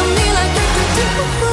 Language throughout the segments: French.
on me like do, do, do, do.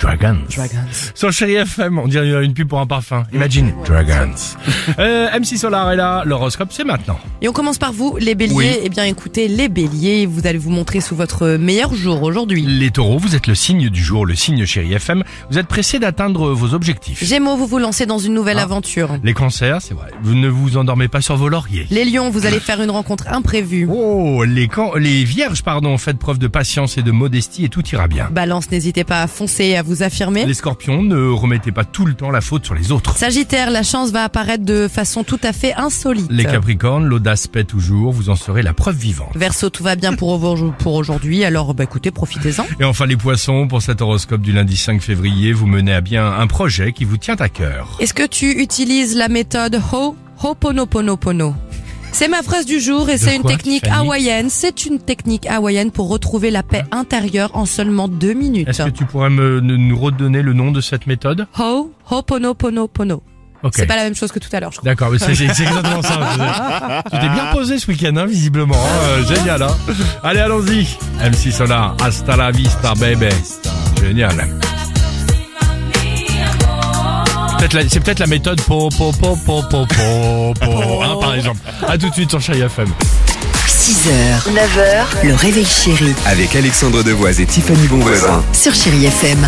Dragons. Dragons. Sur Chéri FM, on dirait une pub pour un parfum. Imagine. Dragons. Euh, MC Solar est là. L'horoscope, c'est maintenant. Et on commence par vous, les béliers. Oui. Eh bien, écoutez, les béliers, vous allez vous montrer sous votre meilleur jour aujourd'hui. Les taureaux, vous êtes le signe du jour, le signe Chéri FM. Vous êtes pressé d'atteindre vos objectifs. Gémeaux, vous vous lancez dans une nouvelle Ah. aventure. Les cancers, c'est vrai. Vous ne vous endormez pas sur vos lauriers. Les lions, vous allez faire une rencontre imprévue. Oh, les, can- les vierges, pardon, faites preuve de patience et de modestie et tout ira bien. Balance, n'hésitez pas à foncer et à vous affirmer. Les scorpions, ne remettez pas tout le temps la faute sur les autres. Sagittaire, la chance va apparaître de façon tout à fait insolite. Les capricornes, l'audace paie toujours, vous en serez la preuve vivante. Verseau, tout va bien pour au- pour aujourd'hui, alors bah, écoutez, profitez-en. Et enfin les poissons, pour cet horoscope du lundi 5 février, vous menez à bien un projet qui vous tient à cœur. Est-ce que tu utilises la méthode Ho Ho'oponoponopono C'est ma phrase du jour et c'est une quoi, technique Tiffany hawaïenne. C'est une technique hawaïenne pour retrouver la paix intérieure en seulement deux minutes. Est-ce que tu pourrais me, ne- nous redonner le nom de cette méthode Ho Ho'oponoponopono. Ok. C'est pas la même chose que tout à l'heure, je crois. D'accord, mais c'est c'est- c'est exactement ça. Tu t'es bien posé ce week-end, hein, visiblement. hein, euh, génial, hein. Allez, allons-y. MC Solar, hasta la vista, baby. Génial. Peut-être la- C'est peut-être la méthode po po po po po po po, hein, par exemple. À tout de suite sur Chérie FM. 6h, 9h, le réveil chéri Avec Alexandre Devoise et Tiffany Bonvoisin. sur Chérie FM.